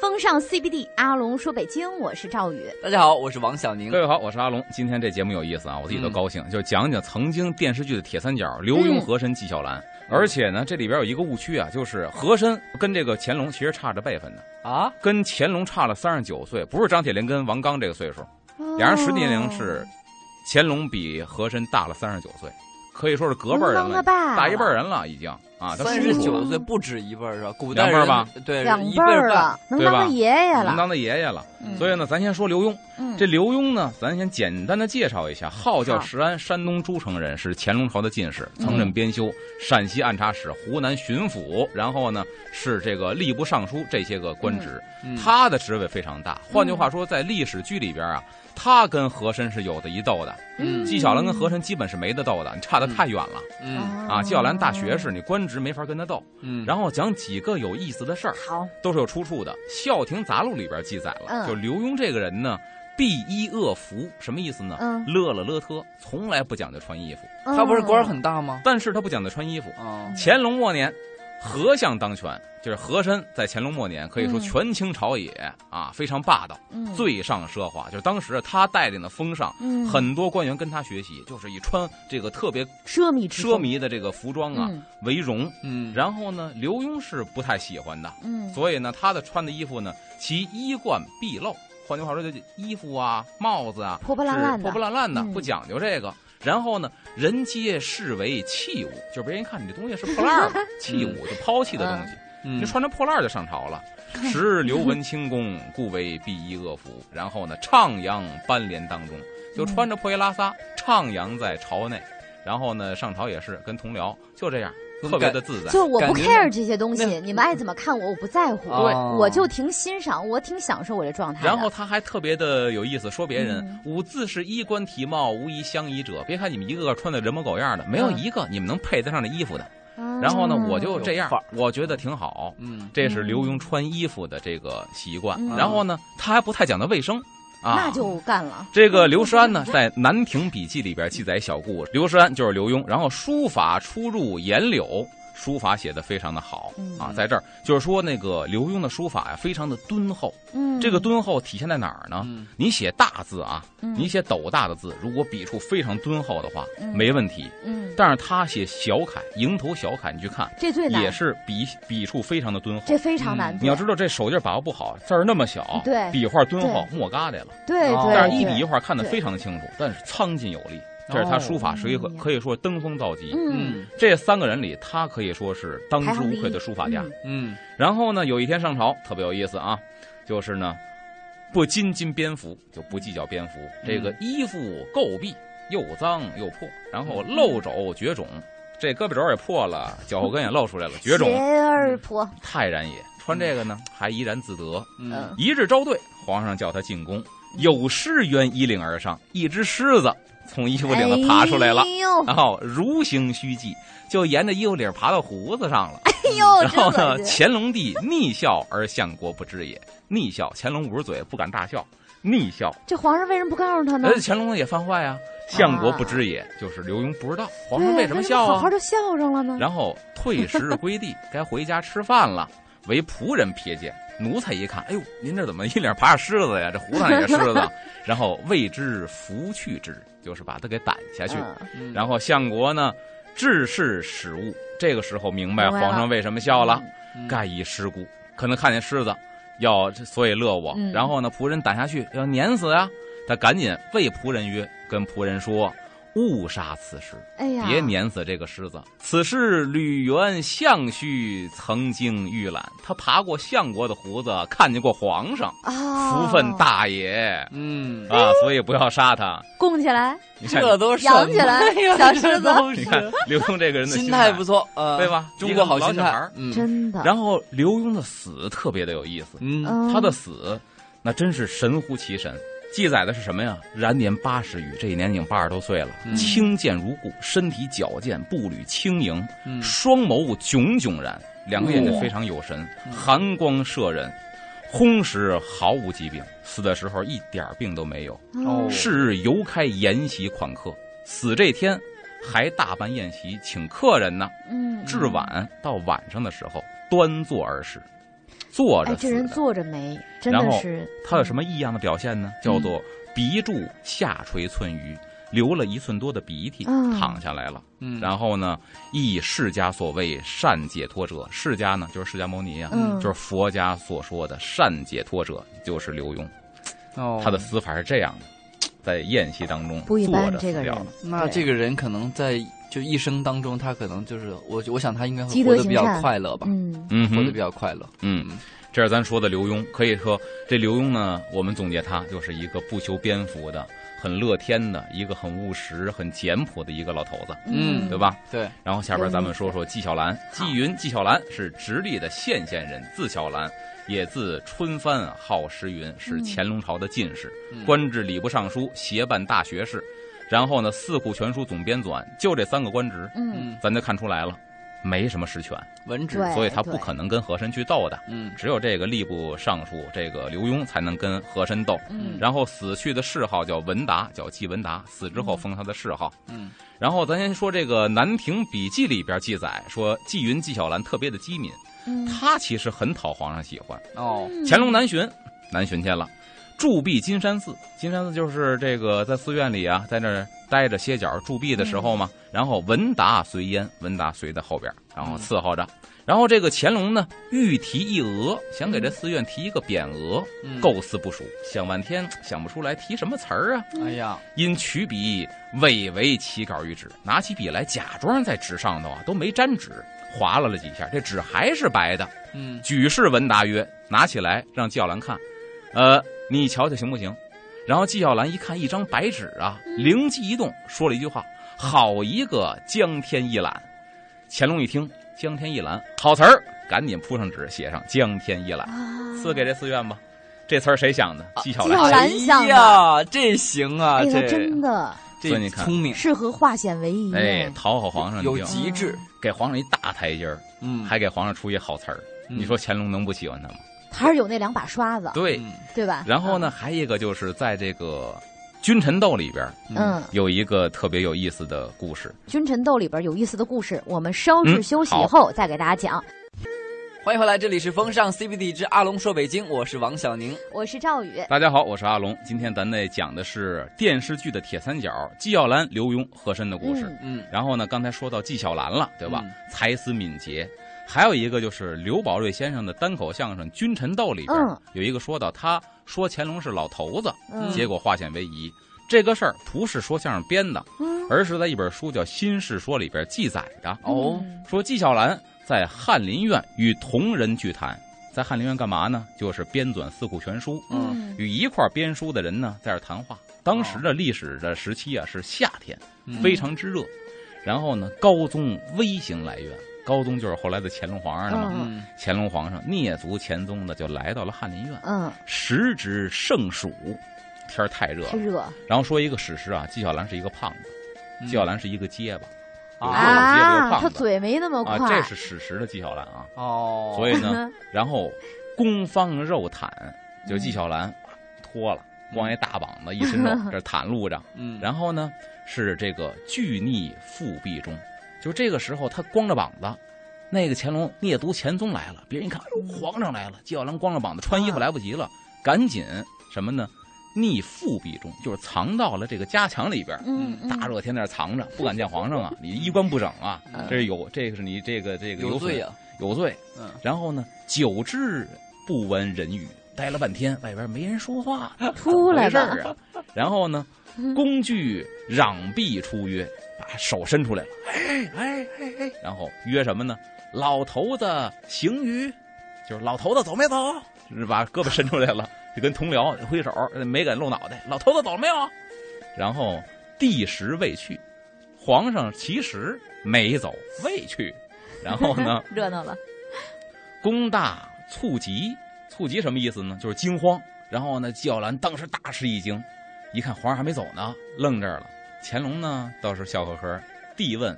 风尚 CBD，阿龙说北京，我是赵宇。大家好，我是王小宁各。位好，我是阿龙。今天这节目有意思啊，我自己都高嗯兴，就讲讲曾经电视剧的铁三角刘墉、和珅、纪晓嗯岚。而且呢，这里边有一个误区啊，就是和珅跟这个乾隆其实差着辈分的，啊，跟乾隆差了三十九岁，不是张铁林跟王刚这个岁哦数，哦俩人实际年龄是乾隆比和珅大了三十九岁，可以说是隔辈儿人了了，吧？大一辈儿人了已经啊，他三叔十叔九了岁不止一辈儿是吧？古代两辈儿人吧，对，两一辈儿儿半。了，能当他对吧爷爷能了。当他爷爷了。嗯所以呢，咱先说刘墉。嗯这刘墉呢，咱先简单的介绍一下，号叫好石安，山东诸城人，是乾隆朝的进士，嗯曾任编修、陕西按察使、湖南巡抚，然后呢是这个吏部尚书这些个官职。嗯他的职位非常大，换句话说，在历史剧里边啊，他跟和珅是有的一斗的，嗯纪晓岚跟和珅基本是没得斗的，你差得太远了、嗯啊！纪晓岚大学士，你官职没法跟他斗。嗯，然后讲几个有意思的事儿。好，都是有出处的，《孝亭杂录》里边记载了，嗯就刘墉这个人呢，避衣恶服，什么意思呢？嗯乐了乐特，从来不讲究穿衣服，他不是官儿嗯很大吗？但是他不讲究穿衣服。啊，乾隆末年，和相当权，就是和珅在乾隆末年可以嗯说权倾朝野、啊，非常霸道，嗯最上奢华。就是当时他带领的风尚，嗯很多官员跟他学习，就是以穿这个特别奢靡之奢风靡的这个服装啊、嗯为荣。嗯，然后呢，刘墉是不太喜欢的。嗯所以呢，他的穿的衣服呢，其衣冠毕露。换句话说，就是衣服啊、帽子啊，破破烂烂是的破破烂烂的，嗯不讲究这个。然后呢，人皆视为器物，就是别人一看你这东西是破 烂儿嘛，器物就抛弃的东西。嗯你穿着破烂儿就上朝了。时日刘文清宫，故为避衣恶服。然后呢，徜徉班联当中，就穿着破衣拉撒嗯徜徉在朝内。然后呢，上朝也是跟同僚，就这样，怎特么别感的自就在。是我不感觉 care 这些东西那，你们爱怎么看我，我不在乎，对我就挺欣赏，我挺享受我这状态的。然后他还特别的有意思，说别人、嗯五字是衣冠体貌，无一相宜者。别看你们一个个穿的人模狗样的，没有嗯一个你们能配得上这衣服的。嗯，然后呢，我就这样有范，我觉得挺好。嗯这是刘墉穿衣服的这个习惯。嗯然后呢，他还不太讲究卫生啊。那就干了，这个刘世安呢，在《南亭笔记》里边记载小故事，刘世安就是刘墉，然后书法出入颜柳，书法写的非常的好嗯啊，在这儿就是说那个刘墉的书法呀，非常的敦厚，嗯，这个敦厚体现在哪儿呢？嗯你写大字啊，嗯你写斗大的字，如果笔触非常敦厚的话，嗯没问题。嗯，但是他写小楷，蝇头小楷，你去看，这最难，也是笔笔触非常的敦厚。这非常难嗯度。你要知道，这手劲儿把握不好，字儿那么小，对笔画敦厚，墨疙瘩了。对哦对，啊但是一对笔一画看得对非常清楚，但是苍劲有力，这是他书法实力嗯可以说登峰造极。嗯嗯这三个人里，他可以说是当之无愧的书法家。嗯嗯然后呢，有一天上朝特别有意思啊，就是呢，不斤斤蝙蝠，就不计较蝙蝠。嗯这个衣服垢弊，又脏又破，然后嗯露肘绝种，这胳膊肘也破了，脚后跟也露出 来了，绝种嗯鞋儿婆，泰然也。穿这个呢，还怡然自得。嗯，一日招对，皇上叫他进宫，有诗渊衣领而上，一只狮子从衣服领子爬出来了啊哎，呦，然后如行虚迹，就沿着衣服领爬到胡子上了。哎呦，嗯然后呢，真恶心乾隆帝逆笑而相国不知也。逆笑，乾隆捂着嘴不敢大笑，逆笑。这皇上为什么不告诉他呢而？且乾隆也犯坏啊，相国不知也，就是刘墉不知道皇上对为呀什么笑好啊好。的笑上了呢？然后退时归地，该回家吃饭了。为仆人瞥见，奴才一看，哎呦，您这怎么一脸爬着狮子呀？这胡上也是狮 子。然后谓之拂去之，就是把他给掸下去。嗯嗯然后相国呢，治世使物。这个时候明白明白了皇上为什么笑了。嗯盖以尸骨，可能看见狮子，要所以乐我。嗯然后呢，仆人打下去要碾死啊，他赶紧谓仆人曰：“跟仆人说，勿杀此狮，哎呀，别碾死这个狮子。此事吕元相须曾经预览，他爬过相国的胡子，看见过皇上，啊，福分，大也、嗯，啊，所以不要杀他。供起来，你看，这都是养起来小狮子你看刘墉这个人的心态态不错，呃，对吧中国好心一个老小态孩儿，嗯真的。然后刘墉的死特别的有意思，嗯嗯他的死，那真是神乎其神。记载的是什么呀？然年八十余，这一年已经八十多岁了，嗯轻健如故，身体矫健，步履轻盈，嗯双眸炯炯然，两个眼哦睛非常有神，嗯寒光射人，轰时毫无疾病，死的时候一点儿病都没有。哦是日游开筵席款客，死这天还大办宴席请客人呢。嗯，至晚到晚上的时候，端坐而逝，坐哎，着这死人的。坐着没，真然的后是。它有什么异样的表现嗯呢？叫做鼻柱下垂寸余，流了一寸多的鼻涕，嗯躺下来了。嗯，然后呢，亦释迦所谓善解脱者，释迦呢就是释迦牟尼啊，嗯？嗯，就是佛家所说的善解脱者，就是刘墉。哦他的死法是这样的，在宴席当中嗯不一坐般着这死个掉人了。。那对这个人可能在就一生当中，他可能就是我，我想他应该积德会活得行比较善快乐吧，嗯嗯活得比哼，较快乐。嗯，这是咱说的刘墉。可以说，这刘墉呢，我们总结他就是一个不修边幅的、很乐天的、一个很务实、很简朴的一个老头子，嗯对？吧？对，然后下边咱们说说纪晓岚，纪云，纪晓岚是直隶的献县人，字晓岚，也字春帆，号石云，是乾隆朝的进士，嗯官至礼部尚书、协办大学士，然后呢，四库全书总编纂，就这三个官职，嗯，嗯，咱就看出来了，没什么实权，文职，对所以他不可能跟和珅去斗的，嗯只有这个吏部尚书这个刘墉才能跟和珅斗。嗯然后死去的谥号叫文达，叫纪文达，死之后封他的谥号。嗯然后咱先说这个《南亭笔记》里边记载说，纪云纪晓岚特别的机敏，嗯，他其实很讨皇上喜欢。哦，乾隆南巡，南巡去了，驻跸金山寺。金山寺就是这个在寺院里啊，在那儿待着歇脚驻跸的时候嘛。然后文达随焉，文达随在后边，然后伺候着。然后这个乾隆呢，欲提一额，想给这寺院提一个匾额，嗯，构思不熟，想半天想不出来提什么词儿啊。哎呀，因取笔伪为起稿于纸，拿起笔来假装在纸上头啊都没沾纸，划拉了几下，这纸还是白的。嗯举世文达曰：“拿起来让纪晓岚看，呃，你瞧瞧行不行？”然后纪晓岚一看一张白纸啊，嗯灵机一动，说了一句话：“好一个江天一览！”乾隆一听“江天一览”，好词儿，赶紧铺上纸，写上“江天一览”，嗯赐给这寺院吧。这词儿谁想的？纪晓啊哦纪岚晓。岚哎想的呀，这行啊，哎，他这真的所以这你看聪明，适合化险为夷。哎，，讨好皇上有听极致，给皇上一大台阶儿，嗯，还给皇上出一好词儿。嗯你说乾隆能不喜欢他吗？他是有那两把刷子，对。嗯对吧？然后呢，还有一个就是在这个君臣斗里边儿嗯？嗯，有一个特别有意思的故事。君臣斗里边有意思的故事，我们稍事嗯休息以好后再给大家讲。欢迎回来，这里是风尚 CBD 之阿龙说北京，我是王小宁。我是赵宇，大家好，我是阿龙，今天咱得讲的是电视剧的铁三角纪晓岚、刘墉、和珅的故事。嗯嗯然后呢，刚才说到纪晓岚了，对吧？嗯才思敏捷，还有一个就是刘宝瑞先生的单口相声《君臣斗》里边、嗯有一个说到，他说乾隆是老头子，嗯结果化险为夷。这个事儿不是说相声编的，嗯而是在一本书叫《新世说》里边记载的。哦，说纪晓岚在翰林院与同人聚谈，在翰林院干嘛呢？就是编纂《四库全书》，嗯嗯与一块儿编书的人呢在这儿谈话。当时的历史的时期啊是夏天，嗯非常之热。然后呢，高宗微型来源，高宗就是后来的乾隆皇上了嘛。嗯乾隆皇上灭族前宗的就来到了翰林院，嗯，时值盛暑，天儿太热太了。热，然后说一个史实啊，纪晓岚是一个胖子，嗯纪晓岚是一个结巴，有啊肉有结巴有他胖子。嘴没那么快，啊，这是史实的纪晓岚啊。哦，所以呢，然后宫方肉袒，就纪晓岚脱了，光一大膀子，一身肉，这袒露着。嗯，然后呢，是这个巨逆复辟中，就这个时候他光着膀子。那个乾隆灭族前宗来了，别人一看，哎呦，皇上来了！纪晓岚光着膀子，穿衣服来不及了，赶紧什么呢？逆复辟中，就是藏到了这个家墙里边。嗯嗯大热天在那儿藏着，不敢见皇上啊！你衣冠不整啊嗯！这是有，这个是你这个这个有损罪啊，有罪。嗯，然后呢，久治不闻人语，待了半天，外边没人说话，出来怎么吧嗯回事儿啊。然后呢，工具攘臂出曰，把手伸出来了，哎哎哎哎，然后曰什么呢？老头子行于，就是老头子走没走？就是把胳膊伸出来了，就跟同僚挥手，没敢露脑袋。老头子走了没有？然后第时未去，皇上其实没走，未去。然后呢，热闹 了，宫大猝急，猝急什么意思呢？就是惊慌。然后呢，纪晓岚当时大吃一惊，一看皇上还没走呢，愣这儿了。乾隆呢倒是笑呵呵，地问：“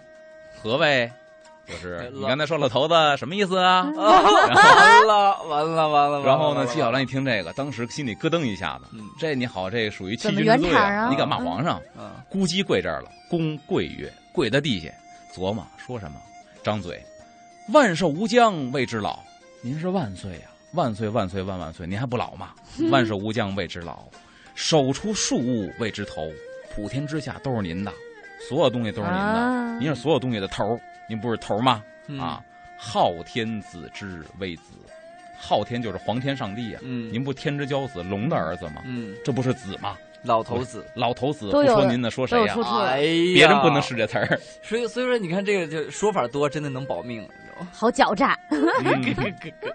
何谓？”哎就是你刚才说老头子什么意思啊？嗯 啊完了完了完了，然后呢，完了纪晓岚一听这个，当时心里咯噔一下子嗯。这你好，这属于欺君怎么之罪圆场啊你敢骂皇上？嗯咕叽跪这儿了，公跪曰，跪在地下，琢磨说什么，张嘴，万寿无疆谓之老，您是万岁呀、啊万岁万岁万万岁！您还不老 吗？万事无将谓之老，手出树物谓之头。普天之下都是您的，所有东西都是您的，啊您是所有东西的头儿，您不是头儿吗？嗯啊，，昊天子之谓子，昊天就是皇天上帝啊！嗯，您不天之骄子龙的儿子吗？嗯，这不是子吗？老头子，老头子都不有说了您的，说都谁有呀、出处了哎呀，别人不能使这词 儿，所以所以说，你看这个就说法多，真的能保命，你知道吗？好狡诈，嗯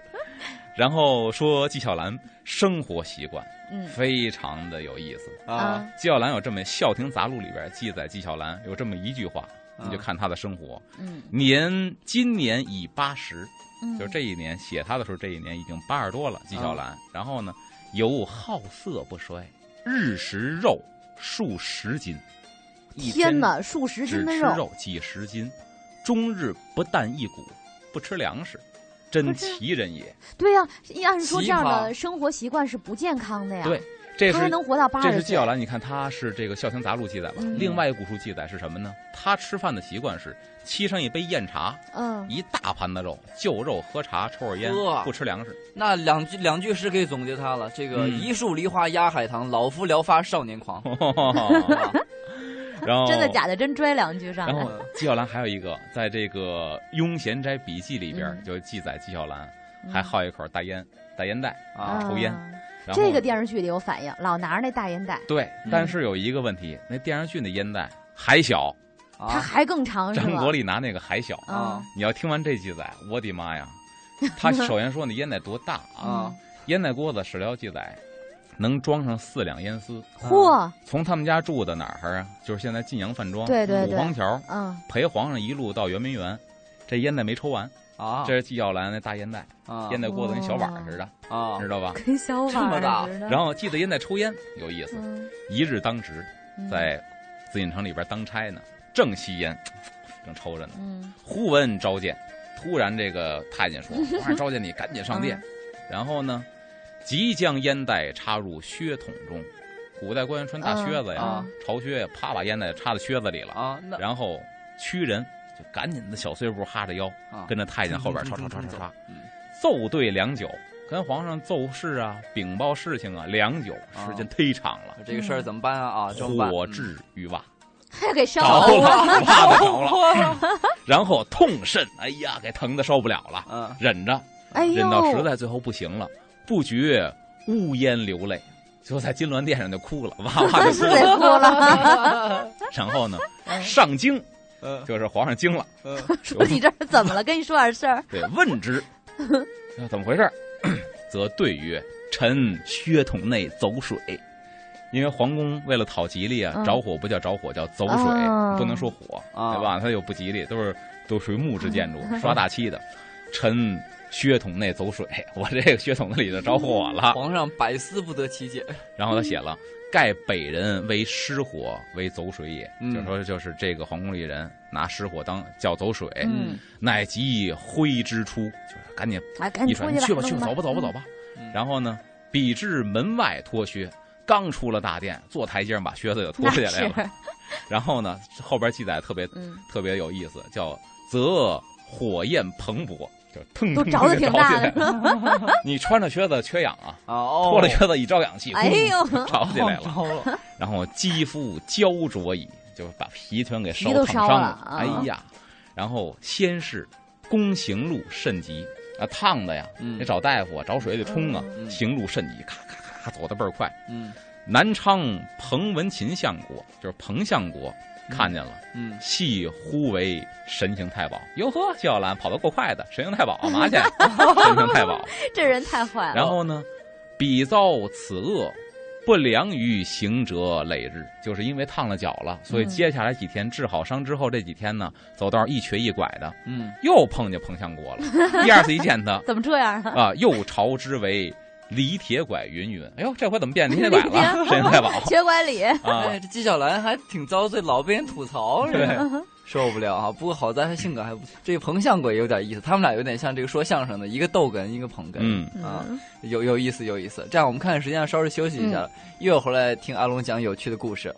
然后说纪晓岚生活习惯嗯非常的有意思。啊，纪晓岚有这么《孝亭杂录》里边记载，纪晓岚有这么一句话，啊你就看他的生活。嗯年今年已八十，嗯，就这一年写他的时候，这一年已经八十多了。纪晓啊岚，然后呢，尤好色不衰，日食肉数十斤，一天哪，数十斤只的吃肉，肉几十斤，终日不啖一谷，不吃粮食，真不是奇人也。对呀、按说这样奇葩的生活习惯是不健康的呀。对这他还是能活到八这十是纪晓岁，岚，你看他是这个《孝亭杂录》记载吧？嗯另外一个古书记载是什么呢？他吃饭的习惯是沏上一杯酽茶，嗯，一大盘子肉，就肉喝茶，抽会烟呵，不吃 粮食。那两句两句诗可以总结他了。这个嗯一树梨花压海棠，老夫聊发少年狂。啊然后真的假的？真拽两句上哦然来后，纪晓岚还有一个，在这个《庸闲斋笔记》里边嗯就记载纪晓岚嗯还好一口大烟，大烟袋。啊抽烟啊然后这个电嗯视剧里有反映，老拿着那大烟袋，对，但是有一个问题，那电视剧的烟袋还小，他啊！还更哦长是张吧？国立拿那个还小。啊你要听完这记载，我的 妈呀！他首先说那烟袋多大啊？啊，烟袋锅子史料记载，能装上四两烟丝。嚯，从他们家住的哪儿啊？就是现在晋阳饭庄，对对五对黄桥，嗯，陪皇上一路到圆明园。这烟袋没抽完，啊！这是纪晓岚那大烟袋，啊烟袋锅子跟小碗似的，哦啊知道吧？ 跟小这么大碗似的。然后记得烟袋抽烟有意思，啊嗯，一日当值，嗯在紫禁城里边当差呢，正吸烟，正抽着呢。嗯忽闻召见，突然这个太监说：“皇上召见你，赶紧上殿。然后呢，即将烟袋插入靴筒中。古代官员穿大靴子呀，啊朝靴呀，啪把烟袋插到靴子里了。啊！那然后屈人就赶紧的小碎步哈着腰，啊跟着太监后边唰唰唰唰唰，嗯奏对良久，跟皇上奏事啊，禀报事情啊，良久，啊时间忒长了，这个事儿怎么办啊？啊，怎么办？火炙欲望。还给烧着了， 了，袜子着了，了，然后痛甚，哎呀，给疼的受不了了，嗯，忍着，哎呦， 忍到实在最后不行了，不觉呜咽流泪，就在金銮殿上就哭了， 哇哇那就是哭了。得哭了。然 后呢，哎上京嗯就是皇上惊了，嗯说 你这是怎么了？跟你说点事儿。对，问之，要怎么回事儿？ 则对曰：“臣靴筒内走水。”因为皇宫为了讨吉利啊，嗯着火不叫着火，叫走水，哦不能说火，啊对吧？它又不吉利，都是都属于木 质建筑，刷大漆的。臣靴筒内走水，我这个靴筒子里头着火了。皇上百思不得其解。然后他写了：“盖北人为失火，为走水也。嗯就是说，就是这个皇宫里人拿失火当叫走水，嗯乃即挥之出，就是赶紧哎，赶一紧传出去吧，去吧，弄走吧，走吧，走。吧。嗯然后呢，比至门外脱靴，刚出了大殿，坐台阶上把靴子就脱 那下是来，了。然后呢，后边记载特别嗯，特别有意思，叫“则火焰蓬勃”，就腾都腾着腾 得就挺着大起来的。嗯了。你穿着靴子缺氧啊，啊哦，脱了靴子一着氧气，哎呦，哦轰着起来了。着了，然后肌肤焦灼矣，就把皮全给烧皮都烫烧伤了啊哎呀，然后先是宫行路肾急啊，烫的呀，嗯得找大夫啊，找水得冲啊，嗯行路肾急，咔咔咔走得倍儿快。嗯南昌彭文琴相国就是彭相国看见了，嗯，系呼为神行太保。哟呵，纪晓岚跑得够快的，神行太保 干嘛去？神行太保。这人太坏了。然后呢，彼遭此恶，不良于行者累日，就是因为烫了脚了，所以嗯接下来几天治好伤之后，这几天呢，走道一瘸一拐的，嗯又碰见彭相国了。 第二次一见他怎么这样啊？啊，又朝之为犁铁拐云云。哎呦，这回怎么变 犁铁拐了？神太保瘸拐李，啊 哎，，这纪晓岚还挺遭罪，老被人吐槽，是对吧？ 受不了啊！不过好在他性格还不错。这个彭相国也有点意思，他们俩有点像这个说相声的，一个逗哏，一个捧哏。嗯，啊，嗯有有意思，有意思。这样我们看看时间，稍事休息一下，一会儿回来听阿龙讲有趣的故事。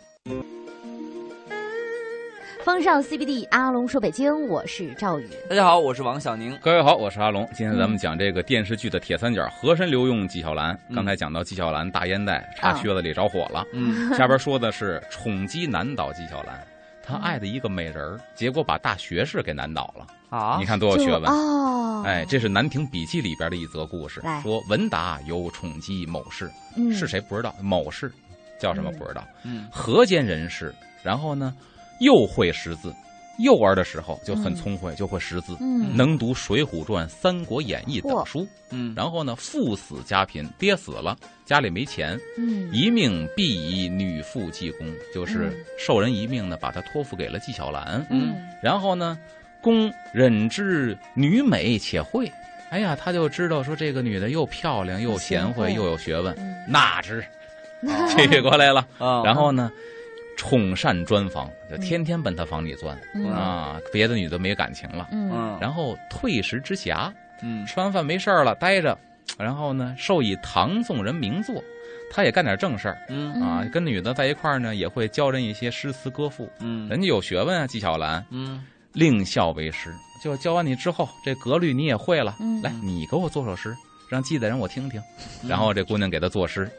风尚 CBD，阿龙说北京，我是赵宇。大家好，我是王小宁。各位好，我是阿龙。今天咱们讲这个电视剧的铁三角，和珅、刘墉、纪晓岚。嗯刚才讲到纪晓岚大烟袋插靴子里着火了，嗯， 下边说的是宠姬难倒纪晓岚，他爱的一个美人儿，结果把大学士给难倒了。啊你，看多有学问！哦，哎，这是《南亭笔记》里边的一则故事来，说文达有宠姬某氏，嗯是谁不知道，某氏叫什么嗯不知道，嗯河间人士。然后呢，又会识字，幼儿的时候就很嗯聪慧，就会识字，嗯能读《水浒传》《三国演义》嚯等书。嗯，然后呢，父死家贫，爹死了，家里没钱，嗯，一命必以女父济公，就是嗯受人一命呢，把他托付给了纪晓岚。嗯然后呢，公忍之女美且慧，哎呀，他就知道说这个女的又漂亮又贤贤惠惠又有学问，嗯纳之 这过来了。啊，然后呢，宠善专房，就天天奔他房里钻、嗯啊，别的女的没感情了。嗯嗯，然后退食之暇，嗯吃完饭没事儿了，待着，然后呢，授以唐宋人名作，他也干点正事儿嗯啊嗯，跟女的在一块儿呢，也会教人一些诗词歌赋，嗯人家有学问啊，纪晓岚嗯令孝为师，就教完你之后，这格律你也会了，嗯来，你给我做首诗，让记的人我听听。 然后这姑娘给他作诗，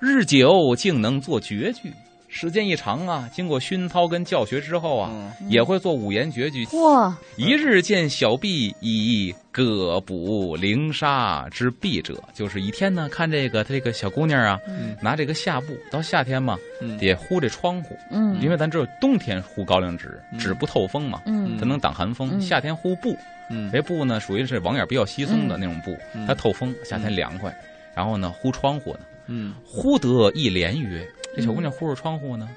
日久竟能作绝句，时间一长啊，经过熏陶跟教学之后啊，嗯也会做五言绝句，哇，一日见小臂以葛补灵沙之臂者，就是一天呢，看这个这个小姑娘啊，嗯拿这个下布，到夏天嘛，嗯得呼这窗户，嗯因为咱知道冬天呼高粱纸，嗯纸不透风嘛，嗯它能挡寒风；嗯夏天呼布，嗯这布呢属于是网眼比较稀松的那种布，嗯它透风，夏天凉快。然后呢，呼窗户呢，嗯忽得一联曰：“这小姑娘呼着窗户呢，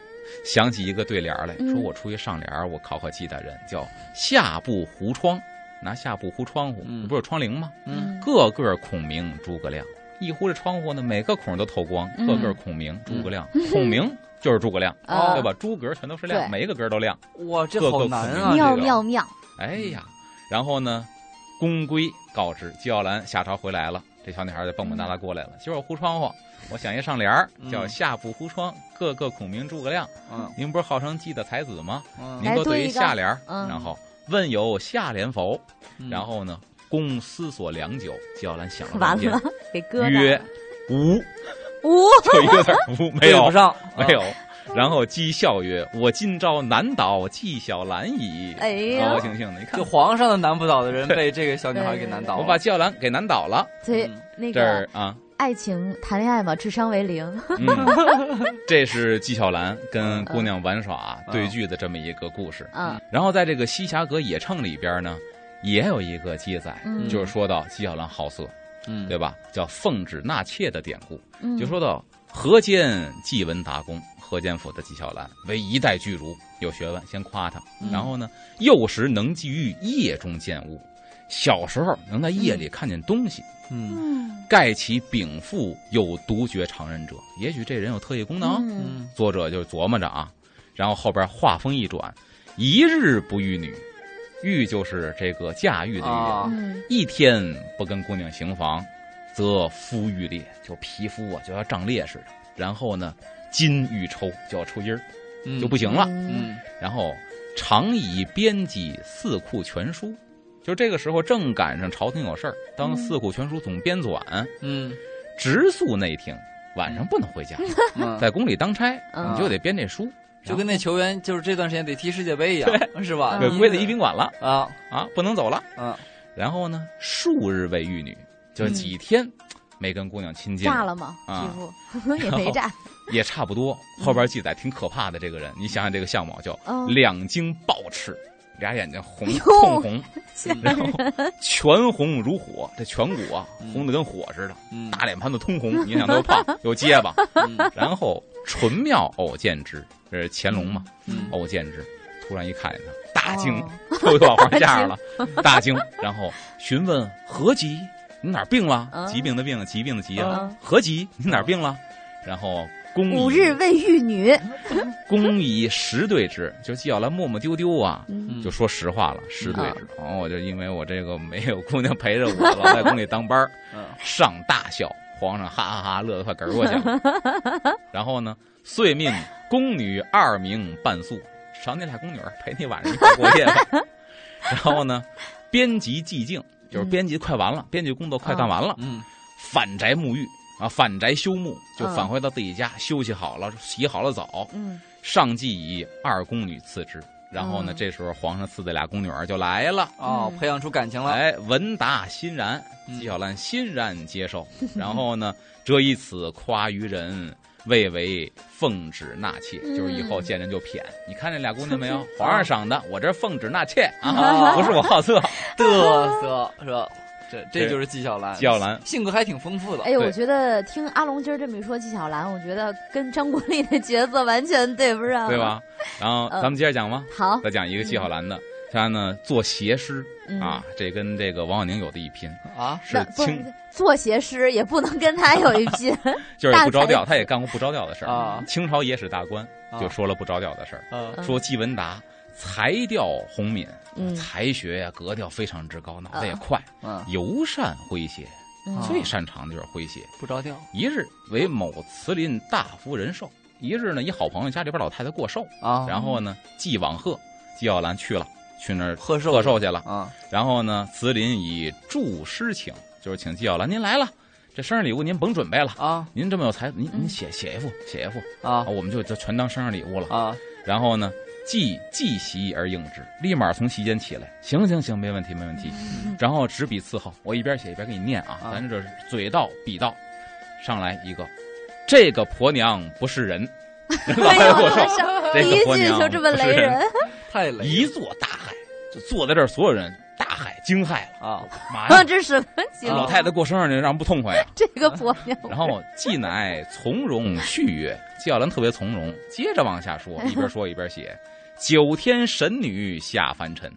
想起一个对联儿来，嗯说我出去上联儿，我考考记大人，叫下部糊窗，拿下部糊窗户，嗯不是有窗棂吗？嗯个个孔明诸葛亮，一呼这窗户呢，每个孔都透光，嗯个个孔明诸葛亮，嗯孔明就是诸葛亮，啊哦对吧？诸格全都是亮，对每一个格都亮。哇，这好难啊，这妙个妙妙，哎呀，然后呢，公归告知纪晓岚下朝回来了，这小女孩就蹦蹦哒哒过来了。嗯今儿我糊窗户，我想一上联儿，嗯叫“下不糊窗，个个孔明诸葛亮”。嗯您不是号称记的才子吗？您哎嗯给我对对一一个下联儿，嗯然后问有下联否？嗯，然后呢，公思索良久，纪晓岚想了半完天了，给搁哦曰了。：“无， 五，就一个字儿无，没对有不上，没有。”然后讥笑曰：“我今朝难倒纪晓岚矣。” 哎呀高高兴兴的，你 看就皇上都难不倒的人，被这个小女孩给难倒我了。把纪晓岚给难倒了。所以嗯那这个儿 啊，爱情谈恋爱嘛，智商为零。嗯，这是纪晓岚跟姑娘玩耍嗯对剧的这么一个故事。嗯然后在这个《西峡阁野乘》里边呢，也有一个记载， 嗯就是说到纪晓岚好色，嗯对吧？叫奉旨纳妾的典故，嗯，就说到河间纪文达公，河间府的纪晓岚为一代巨儒，有学问，先夸他。嗯然后呢，幼时能记于夜中见物，小时候能在夜里看见东西。嗯嗯盖其禀赋有独绝常人者，也许这人有特异功能。嗯嗯作者就琢磨着啊，然后后边话锋一转，一日不遇女，遇就是这个驾驭的遇，啊嗯一天不跟姑娘行房，则肤欲裂，就皮肤啊就要胀裂似的。然后呢，筋欲抽就要抽筋儿，嗯就不行了。嗯嗯然后常以编辑《四库全书》，就这个时候正赶上朝廷有事儿，当《四库全书》总编纂。嗯直宿内廷，晚上不能回家，嗯， 在宫里当差，嗯你就得编这书，就跟那球员就是这段时间得踢世界杯一样，是吧？对你归在一宾馆了啊，啊，不能走了。嗯然后呢，数日未遇女，就几天没跟姑娘亲近，炸了吗？啊皮肤 也没 炸。也差不多。后边记载挺可怕的，这个人，你想想这个相貌叫嗯两睛暴赤，俩眼睛红哟通红，嗯吓然后全红如火，这颧骨啊嗯红的跟火似的，嗯，大脸盘子通红，你想都是胖，有结巴。嗯然后纯妙偶见之，这是乾隆嘛，嗯偶见之，突然一看见他，大惊哦，又往皇下了，大惊，然后询问何疾，你哪儿病了嗯？疾病的病，疾病的疾啊嗯，何疾，你哪儿病了？然后公五以日未遇女，公以实对之，就纪晓岚磨磨丢丢啊。嗯啊就说实话了，实对之。哦，我就因为我这个没有姑娘陪着我，老在宫里当班儿，嗯上大笑，皇上哈哈哈乐得快嗝儿过去了。然后呢，遂命宫女二名伴宿，赏你俩宫女儿陪你晚上一块儿过夜吧。然后呢，编辑寂静，就是嗯编辑快完了，编辑工作快干完了，嗯，返宅沐浴啊，返宅休沐，就嗯返回到自己家休息好了，洗好了澡，嗯，上计以二宫女赐之。然后呢，嗯这时候皇上赐的俩宫女儿就来了。哦，嗯培养出感情了，哎，文达欣然，嗯纪晓岚欣然 接受。然后呢，折以此夸于人，谓为奉旨纳妾，嗯就是以后见人就谝。你看这俩姑娘没 有？皇上赏的，我这奉旨纳妾啊， 啊不是我 好色。嘚瑟是吧？这对这就是纪晓岚，纪晓岚性格还挺丰富的哎。呦，哦对我觉得听阿龙今儿这么一说，纪晓岚，我觉得跟张国立的角色完全对不上，对？吧？然后嗯咱们接着讲吧，好，再讲一个纪晓岚的，他呢做邪师嗯啊，这跟这个王小宁有的一拼，啊，是不清做邪师也不能跟他有一拼，就是不着大才调，子他也干过不着调的事儿啊。清朝野史大官啊就说了不着调的事儿，嗯嗯 说纪文达才调宏敏啊嗯，才学呀格调非常之高，脑袋也快，嗯，尤善诙谐，嗯啊最擅长的就是诙谐。不着调一日为某慈林大夫人寿，一日呢一好朋友家里边老太太过寿，啊，然后呢寄往贺，纪晓岚去了，去那儿贺寿贺寿去了。啊，然后呢，慈林以祝诗请，就是请纪晓岚您来了，这生日礼物您甭准备了，啊您这么有才，您您嗯写写一副，写一副，啊啊，我们就就全当生日礼物了。啊，然后呢，既既席而应之，立马从席间起来，行行行，没问题没问题。嗯然后执笔伺候，我一边写一边给你念啊，啊咱这是嘴到笔到，上来一个，这个婆娘不是 人， 哎呦，我我说上这第个一婆句娘就这么雷人，太累一座大骇，就坐在这儿所有人大骇惊骇了，啊，妈啊，呀！ 这什么情老况？太太过生日呢，让人不痛 快呀、这个 婆娘，然后既乃从容续曰，纪晓岚特别从容。接着往 下说，一边说一边写：九天神女下凡尘，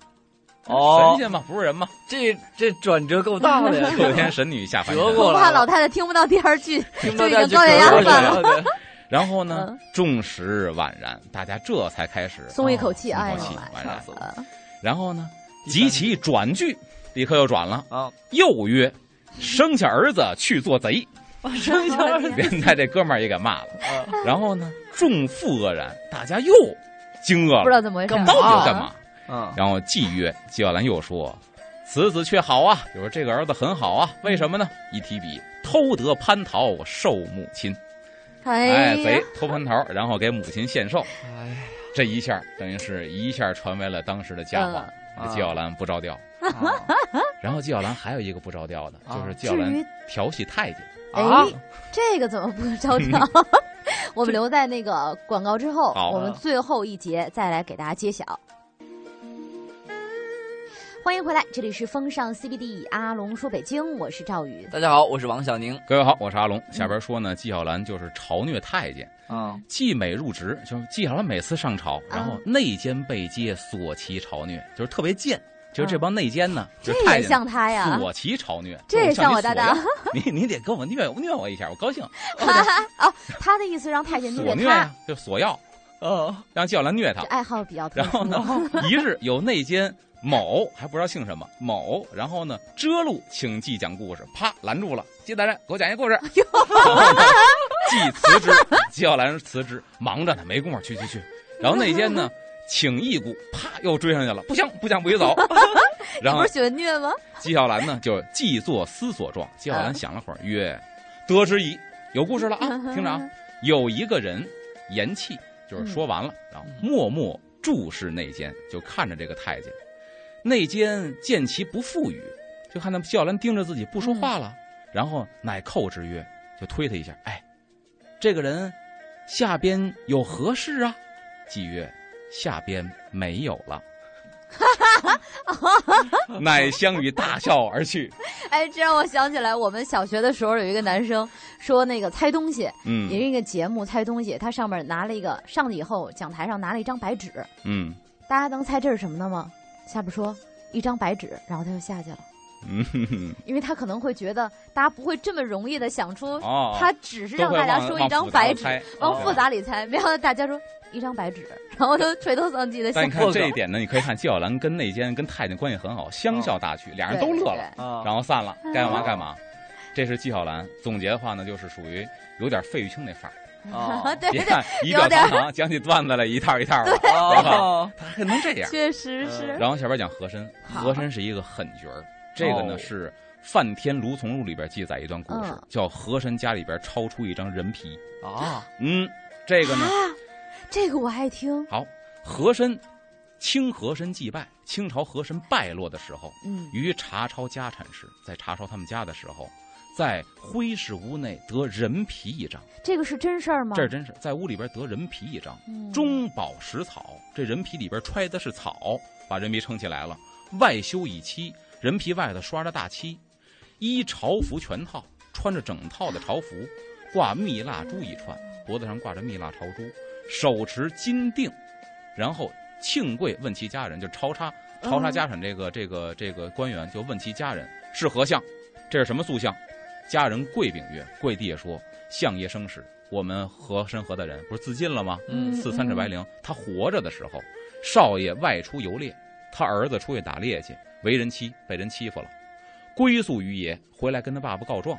神哦，仙嘛，不是人嘛？这这转折够大的呀，哦 九天神女下凡折尘。过 我来怕了老太太听不到第二句，听就到已这经高血压犯了。了，然后呢嗯，众时宛然，大家这才开始松一口气，哦松哎一呦口气，妈呀宛然吓。死了呃然后呢，第三及其转句，立刻又转了，啊！又曰：生下儿子去做贼。哦生下儿子连带这哥们儿也给骂了。啊然后呢，众妇愕然，大家又惊愕了，不知道怎么回事干，嘛到底要干嘛？嗯然后季曰，纪晓岚又说：“此子却好啊，就说这个儿子很好啊，为什么呢？一提笔，偷得蟠桃受母亲，哎，哎贼呀，偷蟠桃，然后给母亲献寿，哎呀这一下等于是一下传为了当时的佳话。这嗯纪晓岚不着调。啊然后纪晓岚还有一个不着调的，啊就是纪晓至岚于调戏太监。哎啊，这个怎么不着 调？我们留在那个广告之后好，啊我们最后一节再来给大家揭晓。欢迎回来，这里是风尚 CBD，阿龙说北京，我是赵宇。大家好，我是王小宁。各位好，我是阿龙。下边说呢，纪晓岚就是嘲虐太监。嗯，季美入职，就是纪晓岚每次上朝，啊然后内奸被揭，所其嘲虐，就是特别贱。就是这帮内奸呢，就啊这是太也监像他呀， 所其嘲虐，这也像我搭档向你索要。你你得跟我虐我虐我一下，我 高兴。哦，他的意思让太监索虐虐他 呀，，就索要，哦，让纪晓岚虐他这。爱好比较特然后殊。呢，一日有内奸某还不知道姓什么某，然后呢遮路请纪讲故事，啪拦住了，纪大人给我讲一个故事。然后呢，纪辞职，纪晓岚辞职，忙着呢，没工夫去去去。然后内奸呢请义故，啪又追上去了，不行不讲不许走。你然后不是喜欢虐吗？纪晓岚呢，就既作思索状。纪晓岚想了会儿，曰：“得之矣，有故事了啊！听着啊，有一个人言气，就是说完了，然后默默注视内奸，就看着这个太监。内奸见其不复语，就看到纪晓岚盯着自己不说话了，嗯然后乃叩之曰，就推他一下，哎，这个人下边有何事啊？纪曰：下边没有 了。”乃相与大笑而去。哎，这让我想起来，我们小学的时候有一个男生说那个猜东西，嗯有一个节目猜东西，他上面拿了一个上去以后，讲台上拿了一张白纸，嗯大家能猜这是什么的吗？下边说一张白纸，然后他就下去了，嗯哼哼因为他可能会觉得大家不会这么容易的想出，哦，他只是都让会大家往说往一张复杂白了纸，猜往哦复杂里猜，没想到大家说一张白纸，然后都垂头丧气的想但 你看这一点呢，你可以看纪晓岚跟内奸跟太监关系很好，哦相笑大曲，俩人都乐了，，啊然后散嗯了，该干嘛哦干嘛。这是纪晓岚。总结的话呢，就是属于有点费玉清那范儿，对对哦 对你对，看仪有表点堂堂，讲起段子来一套一套的，哦，他还能这 样。确实是。嗯然后下边讲和珅，好和珅是一个狠角儿，这个呢哦是《梵天卢从录》里边记载一段故事嗯，叫和珅家里边抄出一张人皮。啊，嗯，这个呢，啊，这个我爱听。好，和珅，清和珅祭拜，清朝和珅败落的时候，嗯，于查抄家产时，在查抄他们家的时候，在徽氏屋内得人皮一张，这个是真事儿吗？这是真是在屋里边得人皮一张。嗯中饱食草，这人皮里边揣的是草，把人皮撑起来了。外修以漆，人皮外头刷着大漆，衣朝服全套，穿着整套的朝服，挂蜜蜡珠一串，脖子上挂着蜜蜡朝珠，手持金锭，然后庆贵问其家人，就抄查抄查家产这个、这个这个官员就问其家人是何相，这是什么塑像？家人跪禀曰：“跪地也说，相爷生时，我们和珅和大人不是自尽了吗？嗯赐三尺白绫。他活着的时候，少爷外出游猎，他儿子出去打猎去，为人妻，被人欺负了，归宿于爷，回来跟他爸爸告状。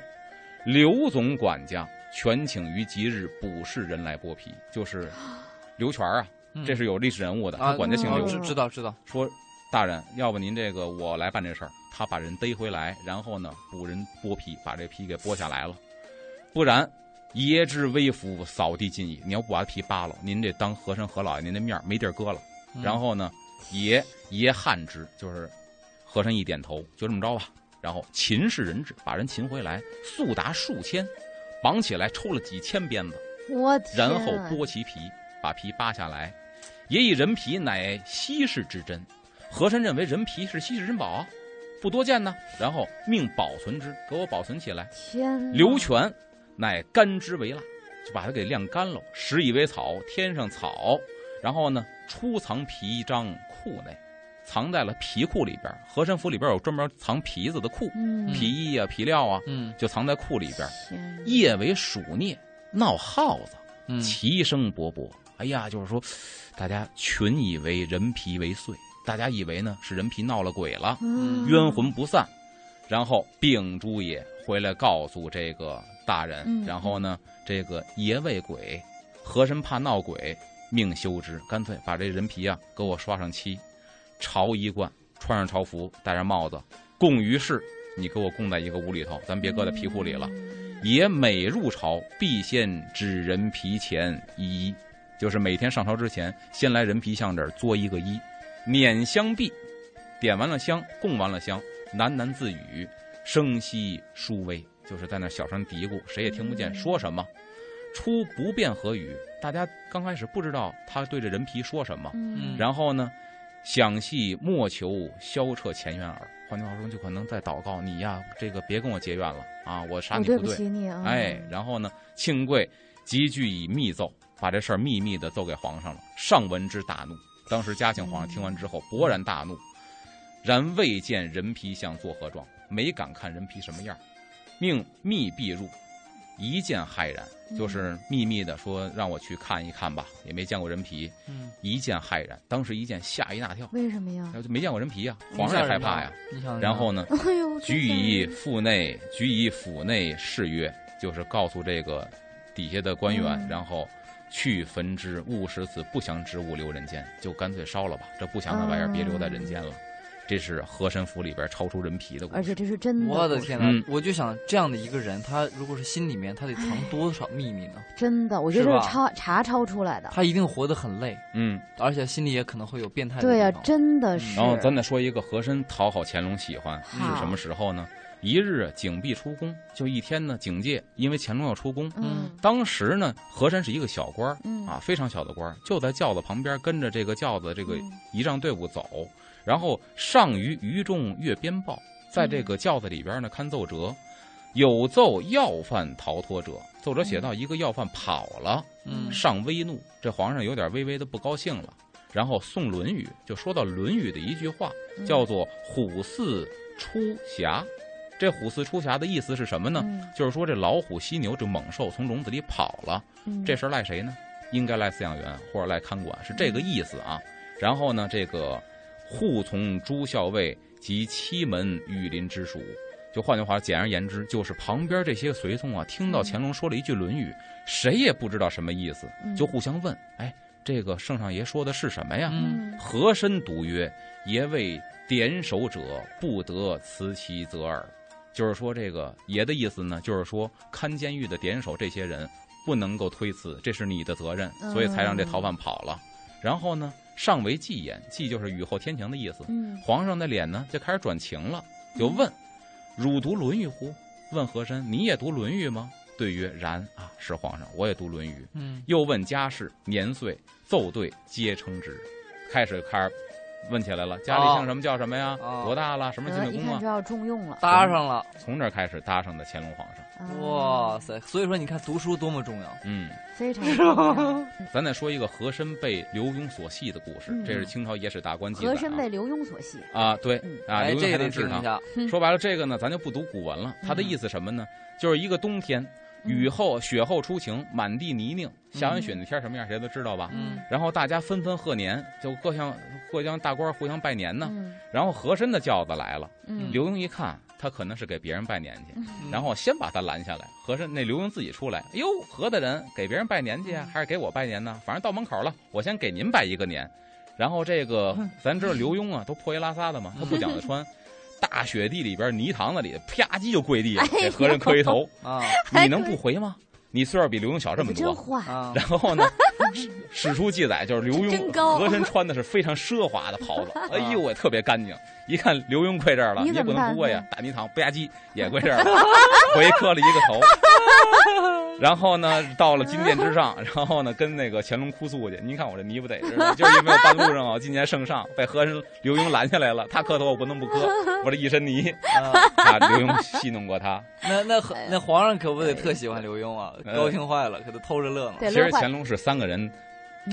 刘总管家全请于即日补示人来剥皮，就是刘全啊，嗯这是有历史人物的，啊他，管家姓哦刘，知知道知道，说大人，要不您这个我来办这事儿。他把人逮回来，然后呢，补人剥皮，把这皮给剥下来了。不然，爷之微服，扫地尽矣。你要不把皮扒了，您这当和珅和老爷您的面儿没地儿搁了。嗯然后呢，爷爷汉之，就是和珅一点头，就这么着吧。然后秦氏人质把人擒回来，速达数千，绑起来抽了几千鞭子，我天然啊，后剥其皮，把皮扒下来。也以人皮乃稀世之珍，和珅认为人皮是稀世珍宝啊，不多见呢。然后命保存之，给我保存起来。天啊哪刘全乃干之为蜡，就把它给晾干喽，食以为草，添上草，然后呢，出藏皮章裤内，藏在了皮裤里边。和珅府里边有专门藏皮子的裤，嗯皮衣啊、皮料啊，嗯就藏在裤里边。天哪夜为鼠啮，闹耗子。嗯，齐声勃勃。哎呀，就是说，大家群以为人皮为祟，大家以为呢是人皮闹了鬼了，嗯冤魂不散。然后秉烛也回来告诉这个大人，嗯然后呢，这个爷为鬼，和珅怕闹鬼，命休之，干脆把这人皮啊给我刷上漆，朝衣冠，穿上朝服，戴上帽子，供于世，你给我供在一个屋里头，咱别搁在皮库里了。嗯也每入朝必先指人皮前一一，就是每天上朝之前，先来人皮像这儿作一个一，捻香毕，点完了香，供完了香，喃喃自语，声息殊微，就是在那小声嘀咕，谁也听不嗯见说什么。初不辨何语，大家刚开始不知道他对这人皮说什么，嗯然后呢，想系莫求消彻前缘耳。换句话说，就可能在祷告你呀，这个别跟我结怨了啊，我杀我你对不不对。起你啊，哎，然后呢，庆贵即具以密奏，把这事儿秘密的奏给皇上了。上闻之大怒，当时嘉庆皇上听完之后勃然大怒，然未见人皮像作何状，没敢看人皮什么样儿，命密闭入，一见骇然，就是秘密的说让我去看一看吧，也没见过人皮，嗯一见骇然，当时一见吓一大跳，为什么呀然？后就没见过人皮呀、皇上也害怕呀，，你想然后呢。哎呦，举以腹内，举以腹内誓曰，就是告诉这个底下的官员，嗯然后去焚之，勿使此不祥之物留人间，就干脆烧了吧，这不祥的玩意儿别留在人间了。这是和珅府里边超出人皮的故哦而且事。这是真的，我的天嗯哪！我就想，这样的一个人，他如果是心里面，他得藏多少秘密呢？真的，我觉得是这吧是抄查抄出来的。他一定活得很累，嗯，而且心里也可能会有变态的对呀、地方真的是。然后咱再说一个和珅讨好乾隆喜欢是好什么时候呢？一日啊景必出宫，就一天呢，警戒，因为乾隆要出宫。嗯当时呢，和珅是一个小官儿，嗯啊，非常小的官儿，就在轿子旁边跟着这个轿子这个嗯仪仗队伍走，然后上于于众阅编报，在这嗯个轿子里边呢看奏折，有奏要犯逃脱者，奏折写到嗯一个要犯跑了，嗯上微怒，这皇上有点微微的不高兴了，然后送《论语》，就说到《论语》的一句话，嗯叫做“虎似出匣”，这“虎似出匣”的意思是什么呢？嗯就是说这老虎、犀牛这猛兽从笼子里跑了。嗯这事儿赖谁呢？应该赖饲养员或者赖看管，是这个意思啊。然后呢，这个护从诸校尉及七门羽林之属，就换句话，简而言之，就是旁边这些随从啊，听到乾隆说了一句《论语》，谁也不知道什么意思，嗯就互相问：“哎，这个圣上爷说的是什么呀？”嗯，和珅独曰：“爷为典守者，不得辞其责耳。”就是说，这个爷的意思呢，就是说看监狱的典守这些人不能够推辞，这是你的责任，所以才让这逃犯跑了。然后呢，上为祭言，祭就是雨后天晴的意思。嗯皇上的脸呢就开始转晴了，就问：“汝读《论语》乎？”问和珅：“你也读《论语》吗？”对曰：“然啊，是皇上，我也读《论语》。”嗯，又问家世、年岁、奏对，皆称之。开始开始问起来了，家里姓什么叫什么呀？哦多大了？什么进呃的一宫看啊就？要重用了，搭上了，从这儿开始搭上的乾隆皇上。啊嗯哇，塞！所以说你看读书多么重要，嗯，非 常重要咱再说一个和珅被刘墉所戏的故事，嗯这是清朝野史大观记载、啊。和珅被刘墉所戏，啊，对嗯啊，哎，刘墉这还个能得治听他一。下，嗯说白了，这个呢，咱就不读古文了。他的意思什么呢？就是一个冬天，嗯雨后雪后初晴，满地泥泞，下完雪那天什么样，谁都知道吧？嗯然后大家纷纷贺年，就各项各乡大官互相拜年呢。嗯然后和珅的轿子来了，嗯刘墉一看，他可能是给别人拜年去，嗯然后先把他拦下来。和珅那刘墉自己出来，哎呦，和大人给别人拜年去啊，还是给我拜年呢？反正到门口了，我先给您拜一个年。然后这个咱知道刘墉啊，都破衣拉撒的嘛，他不讲究穿，大雪地里边泥塘子里啪叽就跪地了，给和珅磕一头，啊你能不回吗？你岁数比刘墉小这么你真多， 坏，啊，然后呢，史史书记载就是刘真墉高和珅穿的是非常奢华的 袍子，哎呦喂，特别干净。一看刘墉跪这儿了，你你也怎么不能不跪呀办，嗯大泥塘不压鸡也跪 这儿了，回磕了一个头。然后呢，到了金殿之上， 然后呢，跟那个乾隆哭诉去。您看我这泥巴得着呢，就是因为我半路上啊，今年圣上被和珅刘墉拦下来了，他磕头我不能不磕，我这一身泥 啊啊，刘墉戏弄过他。那那和哎呀那皇上可不得特喜欢刘墉啊，哎高兴坏了，可都偷着乐呢。对，其实乐坏嗯乾隆是三个人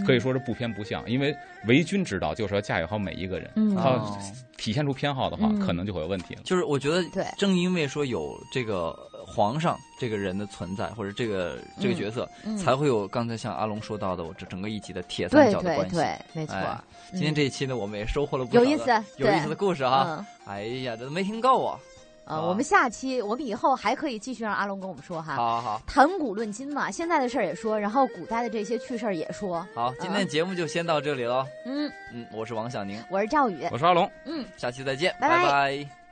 可以说是不偏不向，因为为君之道就是要驾驭好每一个人。嗯他哦体现出偏好的话，嗯可能就会有问题了。就是我觉得对正因为说有这个皇上这个人的存在，或者这个这个角色，嗯才会有刚才像阿龙说到的，我这整个一集的铁三对角的对关系。对，没错，嗯哎今天这一期呢，我们也收获了不少有的意思，有对意思的故事啊！嗯哎呀，这都没听够啊！呃，啊我们下期我们以后还可以继续让阿龙跟我们说哈。好好好谈古论今嘛，现在的事儿也说，然后古代的这些趣事儿也说。好，今天节目就先到这里喽。嗯，嗯，我是王小宁，我是赵宇，我是阿龙，嗯。下期再见，拜拜拜